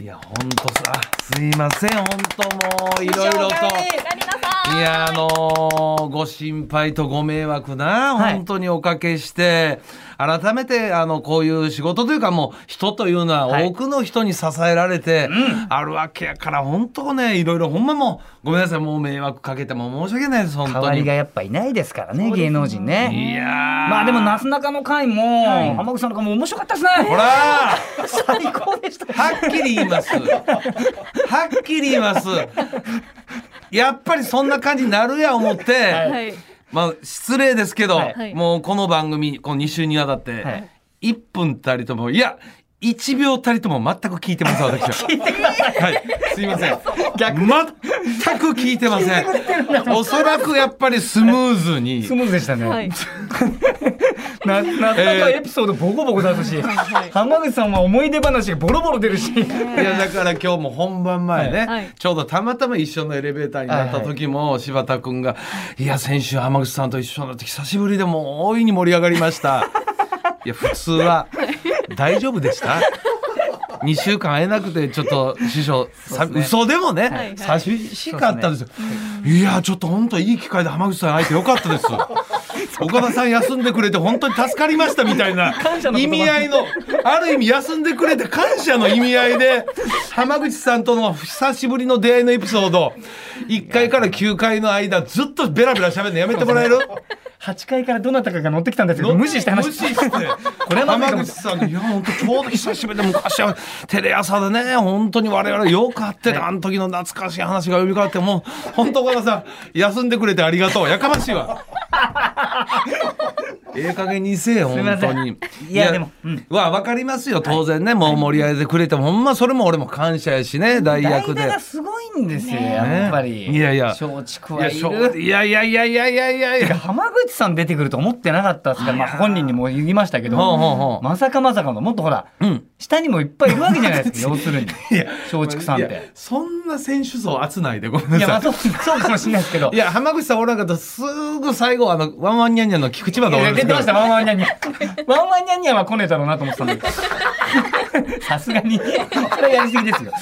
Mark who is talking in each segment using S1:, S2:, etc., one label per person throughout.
S1: いや、本当さ、すいません、本当もう、いろいろと。いや、あのーご心配とご迷惑な、
S2: はい
S1: 本当におかけして、改めて、あの、こういう仕事というか、もう、人というのは、
S2: はい
S1: 多くの人に支えられて、あるわけやから、本当ね、いろいろ、ほんまもう、ごめんなさい、もう迷惑かけても申し訳ないです、本
S2: 代
S1: 当
S2: わり
S1: に。
S2: がやっぱいないですからね、芸能人ね。
S1: いやー
S2: まあでも、なすなかの回も、浜口さんの回も面白かったですね。
S1: ほらー
S2: 最高でした。
S1: はっきり言います。はっきり言います。やっぱりそんな感じになるや思って、
S3: はい。
S1: まあ失礼ですけど、
S2: はい
S1: もうこの番組この2週にわたっ
S2: は
S1: て
S2: い
S1: 1分たりともいや1秒たりとも全く聞いてます私は。 聞いてください。はい、すいません。
S2: 逆
S1: 全く聞いてません。おそらくやっぱりスムーズに
S2: ス。ムーズでしたね。
S3: はい。
S2: ななすなかエピソードボコボコ出すし、浜口さんは思い出話がボロボロ出るし。
S1: いやだから今日も本番前ね、
S3: はい
S1: ちょうどたまたま一緒のエレベーターになった時も柴田君が「いや先週浜口さんと一緒になって久しぶりでもう大いに盛り上がりました」いや普通は大丈夫で した2週間会えなくてちょっと師匠、さ嘘でもね、
S3: はい
S1: 寂しかったんですよ、いやちょっと本当いい機会で浜口さん会えてよかったです岡田さん休んでくれて本当に助かりましたみたいな
S2: 謝の言葉
S1: 意味合いのある意味休んでくれて感謝の意味合いで浜口さんとの久しぶりの出会いのエピソード1回から9回の間ずっとベラベラ喋るのやめてもらえる
S2: 8階からどなたかが乗ってきたんですけど、無視して話
S1: 無視してこれ
S2: はま
S1: 浜
S2: ずいか
S1: 口
S2: も
S1: さんいや本当ちょうど久しぶりで昔はテレ朝でね本当に我々よく会ってたあの時の懐かしい話が呼びかかってもう本当岡田さん休んでくれてありがとうやかましいわええ加減にせえよ
S2: すいま
S1: 本
S2: せ
S1: 当
S2: ん
S1: に
S2: いやでもうん
S1: わ分かりますよ当然ね、もう盛り上げてくれてもほんまそれも俺も感謝やしね代役
S2: 代
S1: で
S2: 打がすごいんですよ、やっぱり。
S1: いやいや
S2: 松竹
S1: いや
S2: はい
S1: しょ
S2: る。
S1: いやいやいやいやいやいやいや
S2: 浜口さん出てくると思ってなかったですから、まあ、本人にも言いましたけど、
S1: ほうほうほう
S2: まさかまさかの、もっとほら、
S1: うん
S2: 下にもいっぱいいるわけじゃない ですか、要するに。
S1: いや
S2: 松竹さんっ
S1: いや
S2: て。
S1: そんな選手層集ないでごめんない
S2: や、ま
S1: さ
S2: あ、
S1: い
S2: そうそうかもしれないですけど。
S1: いや、浜口さんおらんかったらすぐ最後、あの、ワンワンニャンニャンの菊池まで
S2: い
S1: お
S2: や
S1: らんで
S2: 出
S1: す
S2: て
S1: け
S2: ま
S1: ど
S2: した、ワンワンニャンニャン。ワンワンニャンニャンは来ねえだろうなと思ってたん だけど。さすがに、これはやりすぎですよ。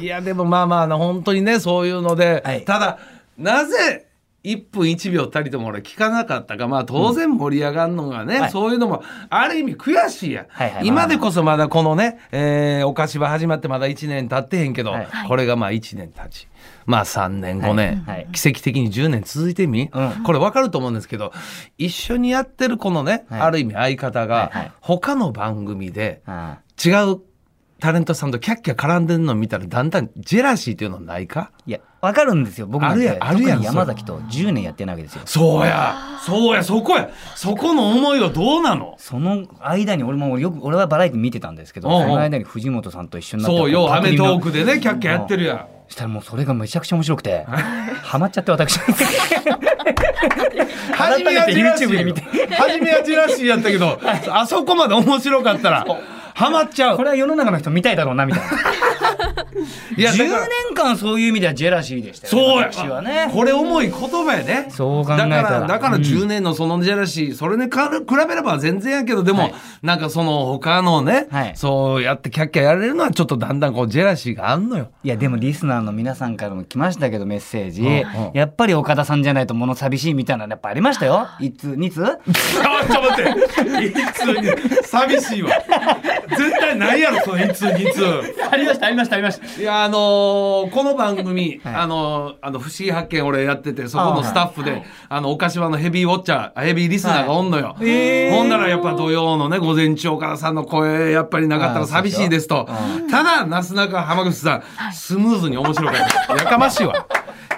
S1: いや、でもまあまあ、あの、本当にね、そういうので、
S2: はい
S1: ただ、なぜ、1分1秒たりとも俺聞かなかったか、まあ当然盛り上がるのがね、
S2: はい
S1: そういうのも、ある意味悔しいや。
S2: はいはい
S1: 今でこそまだこのね、えー、お菓子場始まってまだ1年経ってへんけど、
S2: はい
S1: これがまあ1年経ち。まあ3年5年、
S2: はいはい
S1: 奇跡的に10年続いてみ、
S2: うん
S1: これ分かると思うんですけど一緒にやってるこのね、
S2: はい
S1: ある意味相方が
S2: はいはい
S1: 他の番組で、
S2: あ
S1: 違うタレントさんとキャッキャ絡んでるの見たらだんだんジェラシーっていうのないか
S2: いや、わかるんですよ。僕なん
S1: ある
S2: て、
S1: やんあるやん
S2: 特に山崎と10年やってないわけですよ。
S1: そうやそうやそこやそこの思いはどうなの
S2: その間に俺もよく俺はバラエティ見てたんですけど
S1: おうおう
S2: その間に藤本さんと一緒になって
S1: そうよ『アメトーク』
S2: で
S1: でねキャッキャやってるやん
S2: したらもうそれがめちゃくちゃ面白くてハマっちゃって私
S1: 初めはジェラシ
S2: YouTube で見て
S1: ーよ初めはジェラシーやったけどあそこまで面白かったら ハマっちゃう
S2: これは世の中の人見たいだろうなみたいない
S1: や
S2: 10
S1: だから
S2: 年間そういう意味ではジェラシーでした
S1: そうや
S2: よね私はね
S1: これ重い言葉やね
S2: そう考えたら
S1: だからだから
S2: うん
S1: 10年のそのジェラシー、それにかる比べれば全然やけどでも、なんかその他のね、
S2: はい
S1: そうやってキャッキャやれるのはちょっとだんだんこうジェラシーがあんのよ
S2: いやでもリスナーの皆さんからも来ましたけどメッセージ、
S1: うんうん
S2: やっぱり岡田さんじゃないと物寂しいみたいなのやっぱありましたよいつ2通
S1: あちょっと 待って一通に寂しいわ絶対ないやろその一通二通
S2: ありましたありましたありました
S1: いやあのーこの番組、 あのーあの不思議発見俺やっててそこのスタッフであ、の岡島のヘビーウォッチャーヘビーリスナーがおんのよ、ほんならやっぱ土曜のね午前中岡田さんの声やっぱりなかったら寂しいですとただなすなか浜口さん、スムーズに面白かったやかましいわ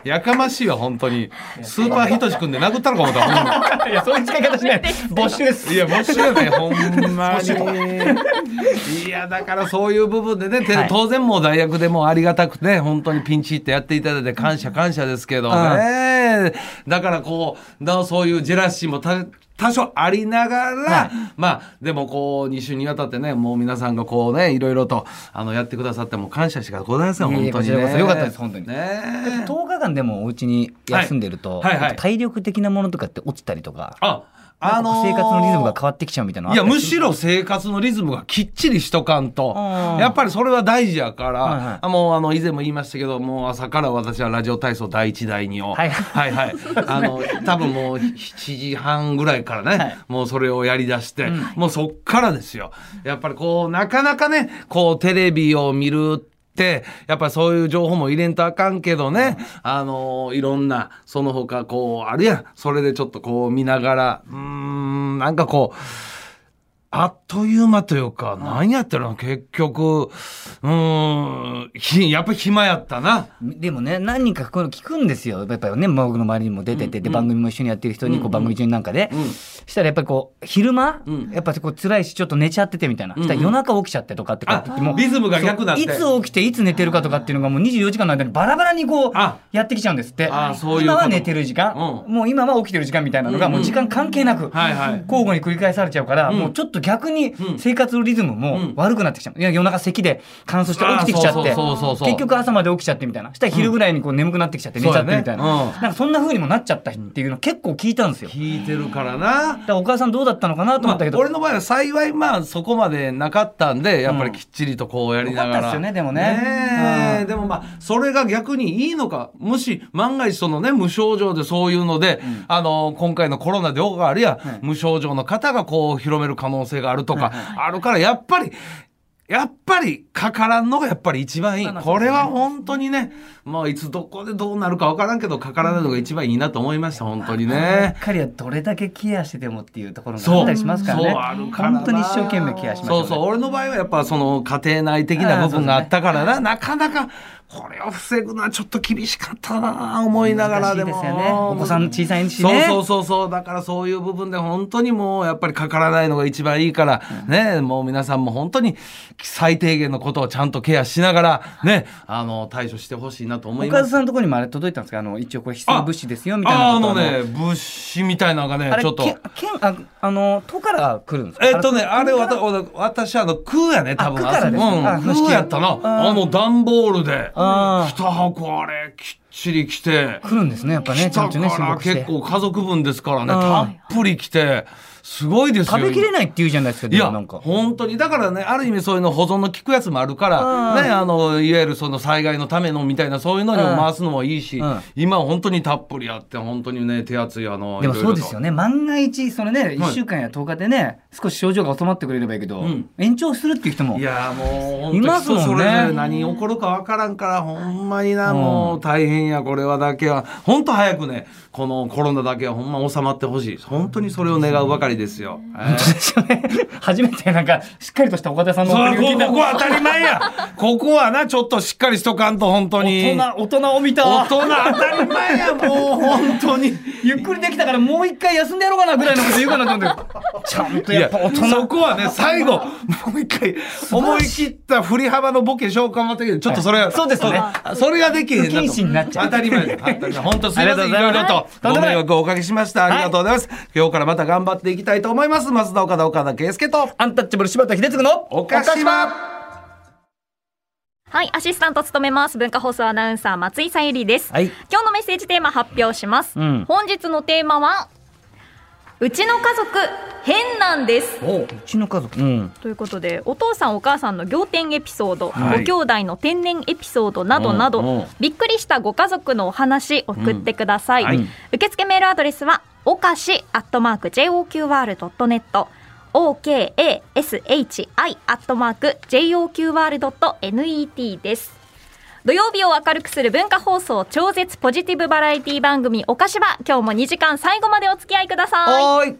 S1: やかましいわ本当にスーパーひとし君で殴ったのか思ったほんま
S2: いやそういう使 い方しない没収です
S1: いや、募集やね、ほんまに。いや、だからそういう部分でね、て
S2: はい
S1: 当然もう大学でもうありがたくて、本当にピンチヒットやっていただいて感謝感謝ですけどね。だからこう、なおそういうジェラシーもた多少ありながら、
S2: はい
S1: まあ、でもこう、2週にわたってね、もう皆さんがこうね、いろいろと、あの、やってくださってもう感謝しかございません、
S2: いえい
S1: 本
S2: え
S1: 当に、
S2: こちらこ
S1: ね。
S2: そよかったです本当に
S1: ね
S2: 10日間でもお家に休んでると、
S1: はいはいはい
S2: 体力的なものとかって落ちたりとか
S1: あ
S2: あの生活のリズムが変わってきちゃうみたいな。
S1: いや、むしろ生活のリズムがきっちりしとかんと、やっぱりそれは大事やから、
S2: はいはい
S1: あもう、あの、以前も言いましたけど、もう朝から私はラジオ体操第一第二を、
S2: はい
S1: はいはいあの、多分もう7時半ぐらいからね、もうそれをやり出して、もうそっからですよ。やっぱりこう、なかなかね、こう、テレビを見るって、やっぱりそういう情報も入れんとあかんけどね、あのいろんな、その他こう、あるやん、それでちょっとこう見ながら、うーん、なんかこう、あっという間というか、何やってるの結局、うーん、ひやっぱり暇やったな。
S2: でもね何人かこういうの聞くんですよやっぱりね僕の周りにも出てて、で番組も一緒にやってる人にこう番組中になんかで、したらやっぱりこう昼間、やっぱこう辛いしちょっと寝ちゃっててみたいな、したら夜中起きちゃってとかってこうやって
S1: あ
S2: もう
S1: リズムが逆なって
S2: いつ起きていつ寝てるかとかっていうのがもう24時間の間にバラバラにこう
S1: あ
S2: やってきちゃうんですって
S1: あそういうこと
S2: 今は寝てる時間、
S1: う
S2: もう今は起きてる時間みたいなのがもう時間関係なく、
S1: はいはい。
S2: 交互に繰り返されちゃうから、
S1: ん
S2: もうちょっと逆に
S1: ん
S2: 生活のリズムも悪くなってきちゃう、いや夜中咳で乾燥して起きてきちゃって
S1: あーそうそうそうそう
S2: 結局朝まで起きちゃってみたいなしたら昼ぐらいにこう眠くなってきちゃって寝ちゃってみた
S1: そうだ
S2: いな、
S1: ねうん
S2: なんかそんな風にもなっちゃったっていうの結構聞いたんですよだか
S1: 聞いてるからな。
S2: らお母さんどうだったのかなと思ったけど、
S1: まあ、俺の場合は幸いまあそこまでなかったんでやっぱりきっちりとこうやりながら、
S2: よかったっすよねでもね
S1: ねえ
S2: うん
S1: でもまあそれが逆にいいのかもし万が一そのね無症状でそういうので、あの今回のコロナで多くあるや、無症状の方がこう広める可能性があるとか、あるからやっぱりやっぱりかからんのがやっぱり一番いい。
S2: まあ
S1: これは本当にね、まあいつどこでどうなるかわからんけど、かからないのが一番いいなと思いました、本当にね
S2: し。っかりはどれだけケアしててもっていうところが
S1: そう
S2: あったりしますから
S1: そう
S2: ね
S1: あるからな
S2: 本当に一生懸命ケアしましょうね、
S1: そうそう俺の場合はやっぱその家庭内的な部分があったからな、なかなかこれを防ぐのはちょっと厳しかったな思いながらでも
S2: 難しいですよねお子さん小さいし
S1: そう
S2: ね
S1: そうそうそうだからそういう部分で本当にもうやっぱりかからないのが一番いいから、ねもう皆さんも本当に最低限のことをちゃんとケアしながらねあの対処してほしいなと思い
S2: お
S1: ま
S2: 母
S1: す。
S2: さんのところにもあれ届いたんですかあの一応これ必
S1: あ
S2: 要物資ですよみたいな
S1: ああ
S2: こ
S1: の
S2: と
S1: ね物資みたいなのがね
S2: あれ
S1: ちょっと
S2: けんけんああの都から来るんですか
S1: えっとね、
S2: あ
S1: あ
S2: れ
S1: れ、わた、わた私、あの、空やね、多分。
S2: あ空からですねあ
S1: うん、
S2: 風呂敷
S1: 空やったな。あの、段ボールで、
S2: あ
S1: 二箱あれ、きっちり来て、
S2: 来るんですねやっぱね
S1: 来
S2: ち
S1: た
S2: ゃん
S1: か
S2: とね申
S1: ら
S2: 告して
S1: 結構家族分ですからね、
S2: うん
S1: たっぷり来て、すごいですよ。
S2: 食べきれないって言うじゃないですか
S1: い
S2: で
S1: や
S2: もなんか
S1: 本当にだからねある意味そういうの保存の効くやつもあるから、ね、あのいわゆるその災害のためのみたいなそういうのにも回すのもいいし、
S2: うん
S1: 今本当にたっぷりあって本当にね手厚いあの
S2: でも
S1: いろい
S2: そ
S1: ろ
S2: う
S1: と
S2: ですよね万が一そのね1週間や10日でね少し症状が収まってくれればいいけど、
S1: ん
S2: 延長するっていう人も
S1: いやーもう本当
S2: い
S1: に
S2: ますもんね
S1: 人それぞれ何起こるか分からんからほんまにな、もう大変やこれはだけは本当早くねこのコロナだけはほんま収まってほしい本当にそれを願うばかりですよ。えー
S2: ですよね 初めてなんかしっかりとした岡田さんの
S1: そ
S2: お
S1: う
S2: 話を聞い
S1: こ
S2: た
S1: ここは当たり前やここはなちょっとしっかりしとかんと本当に
S2: 大人大人を見た
S1: 大人当たり前やもう本当に。
S2: ゆっくりできたからもう一回休んでやろうかなぐらいのこと言うかなと思ってちゃんとやっぱ大人
S1: そこはね最後もう一回思い切った振り幅のボケ紹介もあったけどちょっとそれ、は
S2: そうですね
S1: それができへんなと
S2: 不謹慎になっちゃう
S1: 当たり前です当たり前 本当すいませんい
S2: ありが
S1: ろ
S2: とうござい
S1: いろ
S2: ます
S1: と
S2: はい
S1: ご迷惑をおかけしましたありがとうございます、今日からまた頑張っていきたいと思います松田岡田岡田圭介と
S2: アンタッチャブル柴田秀嗣の
S1: 岡島
S3: はい、アシスタントを務めます文化放送アナウンサー松井さゆりです。
S2: はい
S3: 今日のメッセージテーマ発表します。
S2: うん
S3: 本日のテーマはうちの家族変なんです。
S2: うちの家族うん
S3: ということでお父さんお母さんの仰天エピソード、
S1: はい
S3: ご兄弟の天然エピソードなどなど、
S1: うんうん
S3: びっくりしたご家族のお話送ってください、
S1: うんはい
S3: 受付メールアドレスはおかし @joqr.net okashi アットマーク joqr.net です土曜日を明るくする文化放送超絶ポジティブバラエティ番組おかしば今日も2時間最後までお付き合いください
S2: はーい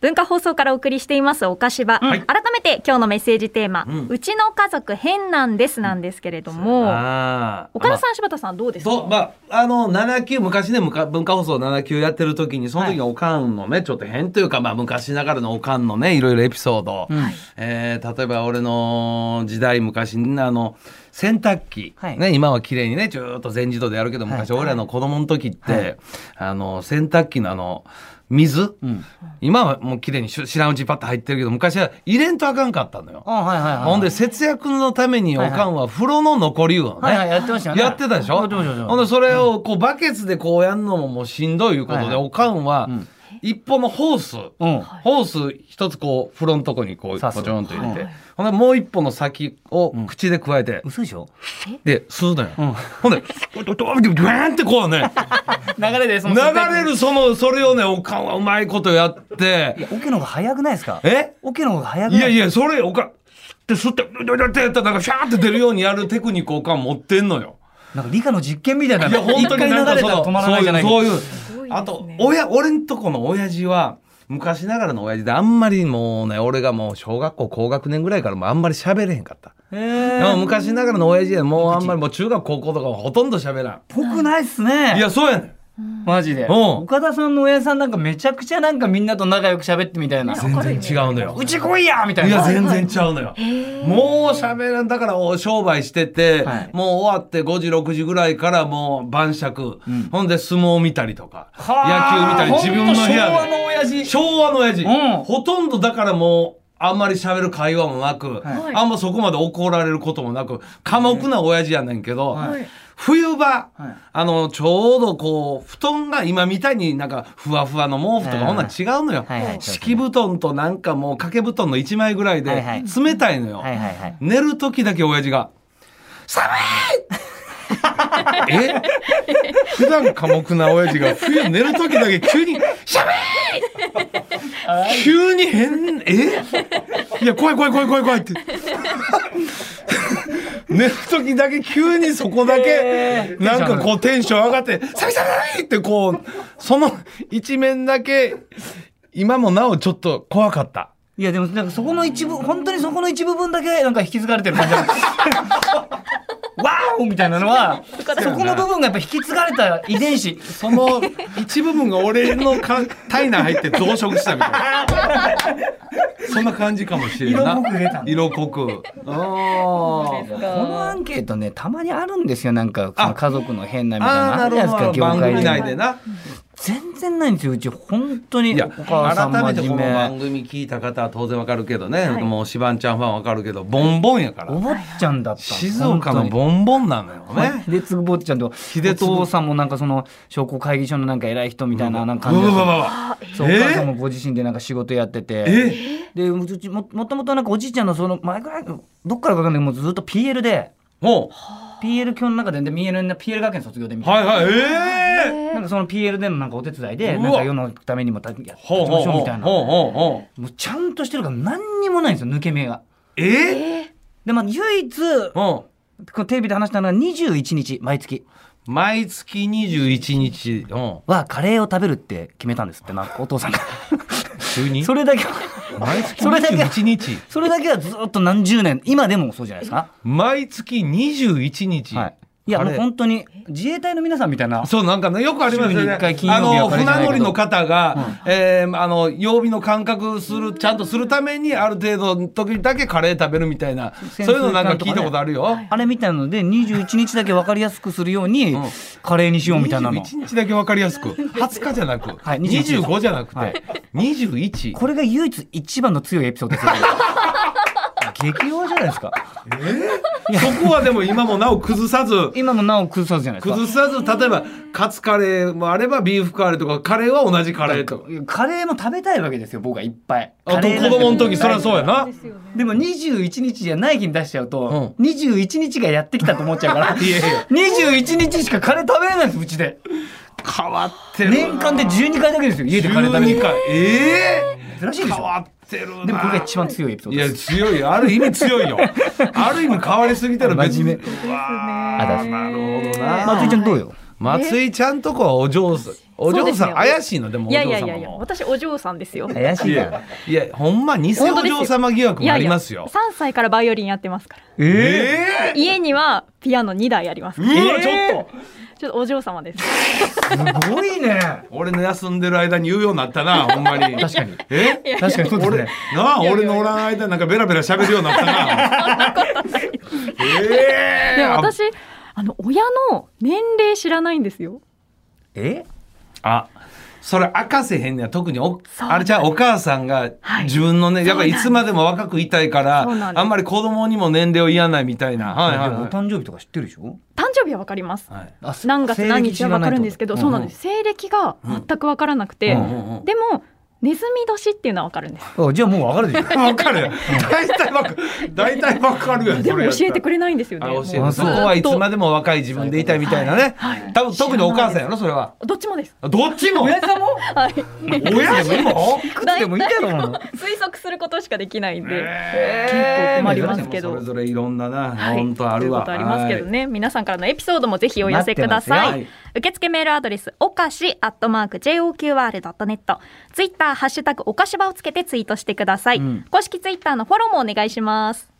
S3: 文化放送からお送りしていますおかしば、
S1: はい
S3: 改めて今日のメッセージテーマ、
S1: う
S3: うんちの家族変なんですなんですけれども、
S1: あー
S3: 岡田さん柴田さんどうですか、
S1: そうまああの7級昔ねむか文化放送7級やってる時にその時のおかんのね、ちょっと変というか、まあ、昔ながらのおかんのねいろいろエピソード、えー例えば俺の時代昔にあの洗濯機、
S2: はい
S1: ね、今は綺麗にねちょっと全自動でやるけど昔、俺らの子供の時って、あの洗濯機のあの水、今はもう綺麗にし知らんうちにパッと入ってるけど昔は入れんとあかんかったのよ。
S2: あはいはいはい
S1: ほんで節約のためにおかんは風呂の残り湯をね、
S2: はいはいやってましたよね
S1: やってたでしょ
S2: やってましたやってました
S1: ほんでそれをこうバケツでこうやんのももうしんどいいうことで、
S2: はいはい
S1: おかんは一本のホース、
S2: うん
S1: ホース一つこう、フロントこにこう、
S2: 刺
S1: ポ
S2: す
S1: チョンと入れて、
S2: は
S1: ほんでもう一本の先を口で加えて、
S2: 嘘でしょ
S1: で、吸うのよ。ほんで、ドドドーンってこうね、
S2: 流れ でそ
S1: 流れるその、それをね、おかんはうまいことやって
S2: い、やオケの方が早くないですか
S1: え
S2: オケの方が早く
S1: い
S2: な
S1: や
S2: い
S1: いや、それ、おかん、って吸って、ドドドってやったら、なんか、シャーって出るようにやるテクニックをおかん持ってんのよ。
S2: なんか理科の実験 みたいない
S1: や、本当に
S2: 一
S1: な
S2: 回
S1: んか
S2: 流
S1: そ
S2: れたら
S1: の
S2: 止まらないじゃない
S1: そういう、そうい。
S3: ごいうですね
S1: あと、親、俺んとこの親父は、昔ながらの親父で、あんまりもうね、俺がもう小学校高学年ぐらいからもうあんまり喋れへんかった。
S2: え
S1: で
S2: ー
S1: も昔ながらの親父はもうあんまりもう中学高校とかはほとんど喋ら
S2: ぽくないっす
S1: ん。い
S2: ね
S1: や、そうやねん。
S2: マジで
S1: うん
S2: 岡田さんの親父さんなんかめちゃくちゃなんかみんなと仲良く喋ってみたいな
S3: ね
S1: 全然違うのよ。
S2: うち来いやみたい
S1: いや、
S2: な
S1: 全然ちゃうのよ。もう喋らん、だからお商売してて、
S2: はい
S1: もう終わって5時、6時ぐらいからもう晩酌、
S2: ん
S1: ほんで相撲見たりとか、
S2: はあ
S1: 野球見たり、自分の部
S2: ほん
S1: 屋で。
S2: と昭和の親父
S1: 昭和の親父、
S2: うん
S1: ほとんどだからもうあんまり喋る会話もなく、
S3: はい
S1: あんまそこまで怒られることもなく寡黙な親父やねんけど、
S2: はい
S1: 冬場、
S2: はい
S1: あのちょうどこう布団が今みたいになんかふわふわの毛布とか
S2: はい
S1: ほんなん違うのよ、
S2: はいはい
S1: 敷布団となんかもう掛け布団の1枚ぐらい
S2: は
S1: で
S2: いはい
S1: 冷たいのよ、
S2: はいはいはい
S1: 寝る時だけ親父が「寒 い! 」え普段寡黙な親父が冬寝る時だけ急に「寒い!」急に変えいや怖い怖い怖い怖い怖いって 寝る時だけ急にそこだけ
S2: えー
S1: なんかこうテンション上がって「寒い寒い!」ってこうその一面だけ今もなおちょっと怖かった。
S2: いやでもなんかそこの一部本当にそこの一部分だけなんか引き継がれてる感じある わーおみたいなのはそこの部分がやっぱ引き継がれた遺伝子
S1: その一部分が俺のか体内入って増殖したみたいな。そんな感じかもしれんな
S2: 色濃く出たんだ
S1: 色濃く。あー
S2: このアンケートねたまにあるんですよなんかその家族の変なみたい
S1: あー、
S2: なのあ
S1: な
S2: るじ
S1: る
S2: ゃないです
S1: ほ
S2: か
S1: ど。番
S2: 業
S1: 組
S2: 界
S1: 内
S2: で
S1: でな。
S2: 全然ないんですようち本当に
S1: いや、
S2: お母さん
S1: 改めて
S2: 真
S1: この
S2: 面
S1: 番
S2: 目
S1: 組聞いた方は当然わかるけどね。もう、シバンちゃんファンわかるけど、ボンボンやか
S2: お
S1: ら。
S2: 坊ちゃんだった
S1: 静岡の
S2: ン
S1: ボンボンなのよね。
S2: 秀次坊ちゃんとお
S1: 次
S2: 父さんもなんかその商工会議所のなんか偉い人みたいななんか
S1: う
S2: 感
S1: わ
S2: じだった
S1: わわわ。
S2: そうお
S1: えー
S2: 母さんもご自身でなんか仕事やってて、
S1: え
S2: でうちももともとなんかおじいちゃんのその前ぐらいどっからかわかんないけどもうずっと PL で
S1: も
S2: PL 教の中でで PL の PL 学園卒業でみ
S1: う、
S2: たいな,、
S1: はいはい、ええ
S2: なんかその PL でのなんかお手伝いで
S1: うわ
S2: なんか世のためにもたやっていきまし
S1: ほうほう
S2: ょう
S1: ほ
S2: み
S1: う
S2: たいな
S1: ほう
S2: も
S1: ほうほう。
S2: うちゃんとしてるから何にもないんですよ抜け目が。
S1: ええ
S2: でまあ唯一こ
S1: うん。
S2: うテレビで話したのが21日毎月
S1: 毎月21日、うん。
S2: はカレーを食べるって決めたんですってなんかお父さんが
S1: 急に
S2: それだけは
S1: 毎月
S2: それだけ
S1: 21日
S2: それだけはずっと何十年今でもそうじゃないですか。
S1: 毎月21日、
S2: はい。いや、
S1: あ
S2: も
S1: れ
S2: う本当に自衛隊の皆さんみたいな。
S1: そうなんかねよくありますよ
S2: 週に
S1: ね
S2: 一回金
S1: あ
S2: 曜日は
S1: の
S2: これ
S1: 船
S2: じゃないけど
S1: 乗りの方が、えーあの曜日の感覚するちゃんとするためにある程度の時だけカレー食べるみたいなそう
S2: 潜水
S1: い
S2: 艦
S1: うのなんか聞いたことあるよ、
S2: あれみたいなので、21日だけ分かりやすくするように、カレーにしようみたいなの。
S1: 21日だけ分かりやすく20日じゃなく、
S2: はい21
S1: 25じゃなくて、
S2: はい
S1: 21
S2: これが唯一一番の強いエピソード ですよ。激弱じゃないですか。
S1: そこはでも今もなお崩さず
S2: 今もなお崩さずじゃないですか。
S1: 崩さず例えばカツカレーもあればビーフカレーとかカレーは同じカレーとか
S2: カレーも食べたいわけですよ、僕はいっぱい。
S1: あ
S2: カ
S1: と
S2: レー
S1: 子
S2: なんて
S1: 供の時そりゃそうやな。
S2: でも21日じゃない日に出しちゃうと、21日がやってきたと思っちゃうか ら、
S1: いやいや
S2: 21日しかカレー食べれないんです、うちで。
S1: 変わってるな
S2: 年間で12回だけですよ、家でカレー食べ
S1: 12
S2: る。
S1: 回ええ
S2: 珍しいでし
S1: 変
S2: ょ。
S1: わってるな
S2: でもこれが一番強いエピソー
S1: い
S2: ドで
S1: や
S2: す。
S1: 強いよある意味強いよある意味変わりすぎたら別に
S2: 真面目
S1: うわ
S2: あだ
S1: あ
S2: す
S1: なるほど
S2: 松井ちゃ
S1: なん
S2: どうよ。
S1: 松井ちゃんとこはお嬢さんお嬢さん
S3: そうですよ
S1: 怪しいのでもお
S3: い
S1: 嬢
S3: や
S1: 様も
S3: いやいやいや、私お嬢さんですよ。
S2: 怪し
S1: い
S2: い
S1: やいやほんま偽お嬢様疑惑もありますよ
S3: 三歳からバイオリンやってますから。
S2: ええ
S1: ええ
S3: 家にはピアノ二台あります。
S1: うわちょっと
S3: ちょっとお嬢様です。
S2: すごいね。
S1: 俺の休んでる間に言うようになったなほんまに
S2: 確かに。
S1: え
S2: 確かにそうですね。
S1: なあ
S3: いやいや
S1: 俺のおらん間なんかベラベラ喋るようになったなええ
S3: でも私あの親の年齢知らないんですよ。
S2: え
S1: あそれ明かせへんねや特にお
S3: そう
S1: あれじゃうお母さんが
S3: はい
S1: 自分のね、やっぱりいつまでも若くいたいから
S3: そうなんです
S1: あんまり子供にも年齢を言わないみたいな、はいはい
S2: でもお
S1: は
S2: 誕生日とか知ってるでしょ
S3: 誕生日はわかります。
S1: い
S2: あ
S3: 何月何日はわかるんですけど、そうなん
S2: で
S3: です。西暦が全くわからなくて、
S2: うん
S1: うんうん
S3: でもネズミ年っていうのはわかるんです。
S2: すあじゃあもうわかるでしょ
S1: わかるよ大体わか大体わかるよ
S3: でも教えてく
S1: れ
S3: れないんですよね。
S1: あ教えて
S3: もうず
S1: そ
S3: っ
S1: ことはいつまでも若い自分でいたいみたいなね、
S3: はいはい
S1: 多分特にお母さんやろそれは
S3: どっちもです。
S1: どっちも
S2: 親父さんも
S3: はい。
S1: 親父も
S2: いくつでもいいだろうな
S3: 推測することしかできないんで。
S1: えー
S3: 結構困りますけど
S1: それぞれいろんなな、
S3: はい
S1: 本当あるわ。
S3: ということありますけどね、皆さんからのエピソードもぜひお寄せくだ
S1: は
S3: さ
S1: い
S3: い。
S1: はい
S3: 受付メールアドレス、おかし、アットマーク、JOQR.net。ツイッター、ハッシュタグ、おかしばをつけてツイートしてください。
S2: うん
S3: 公式ツイッターのフォローもお願いします。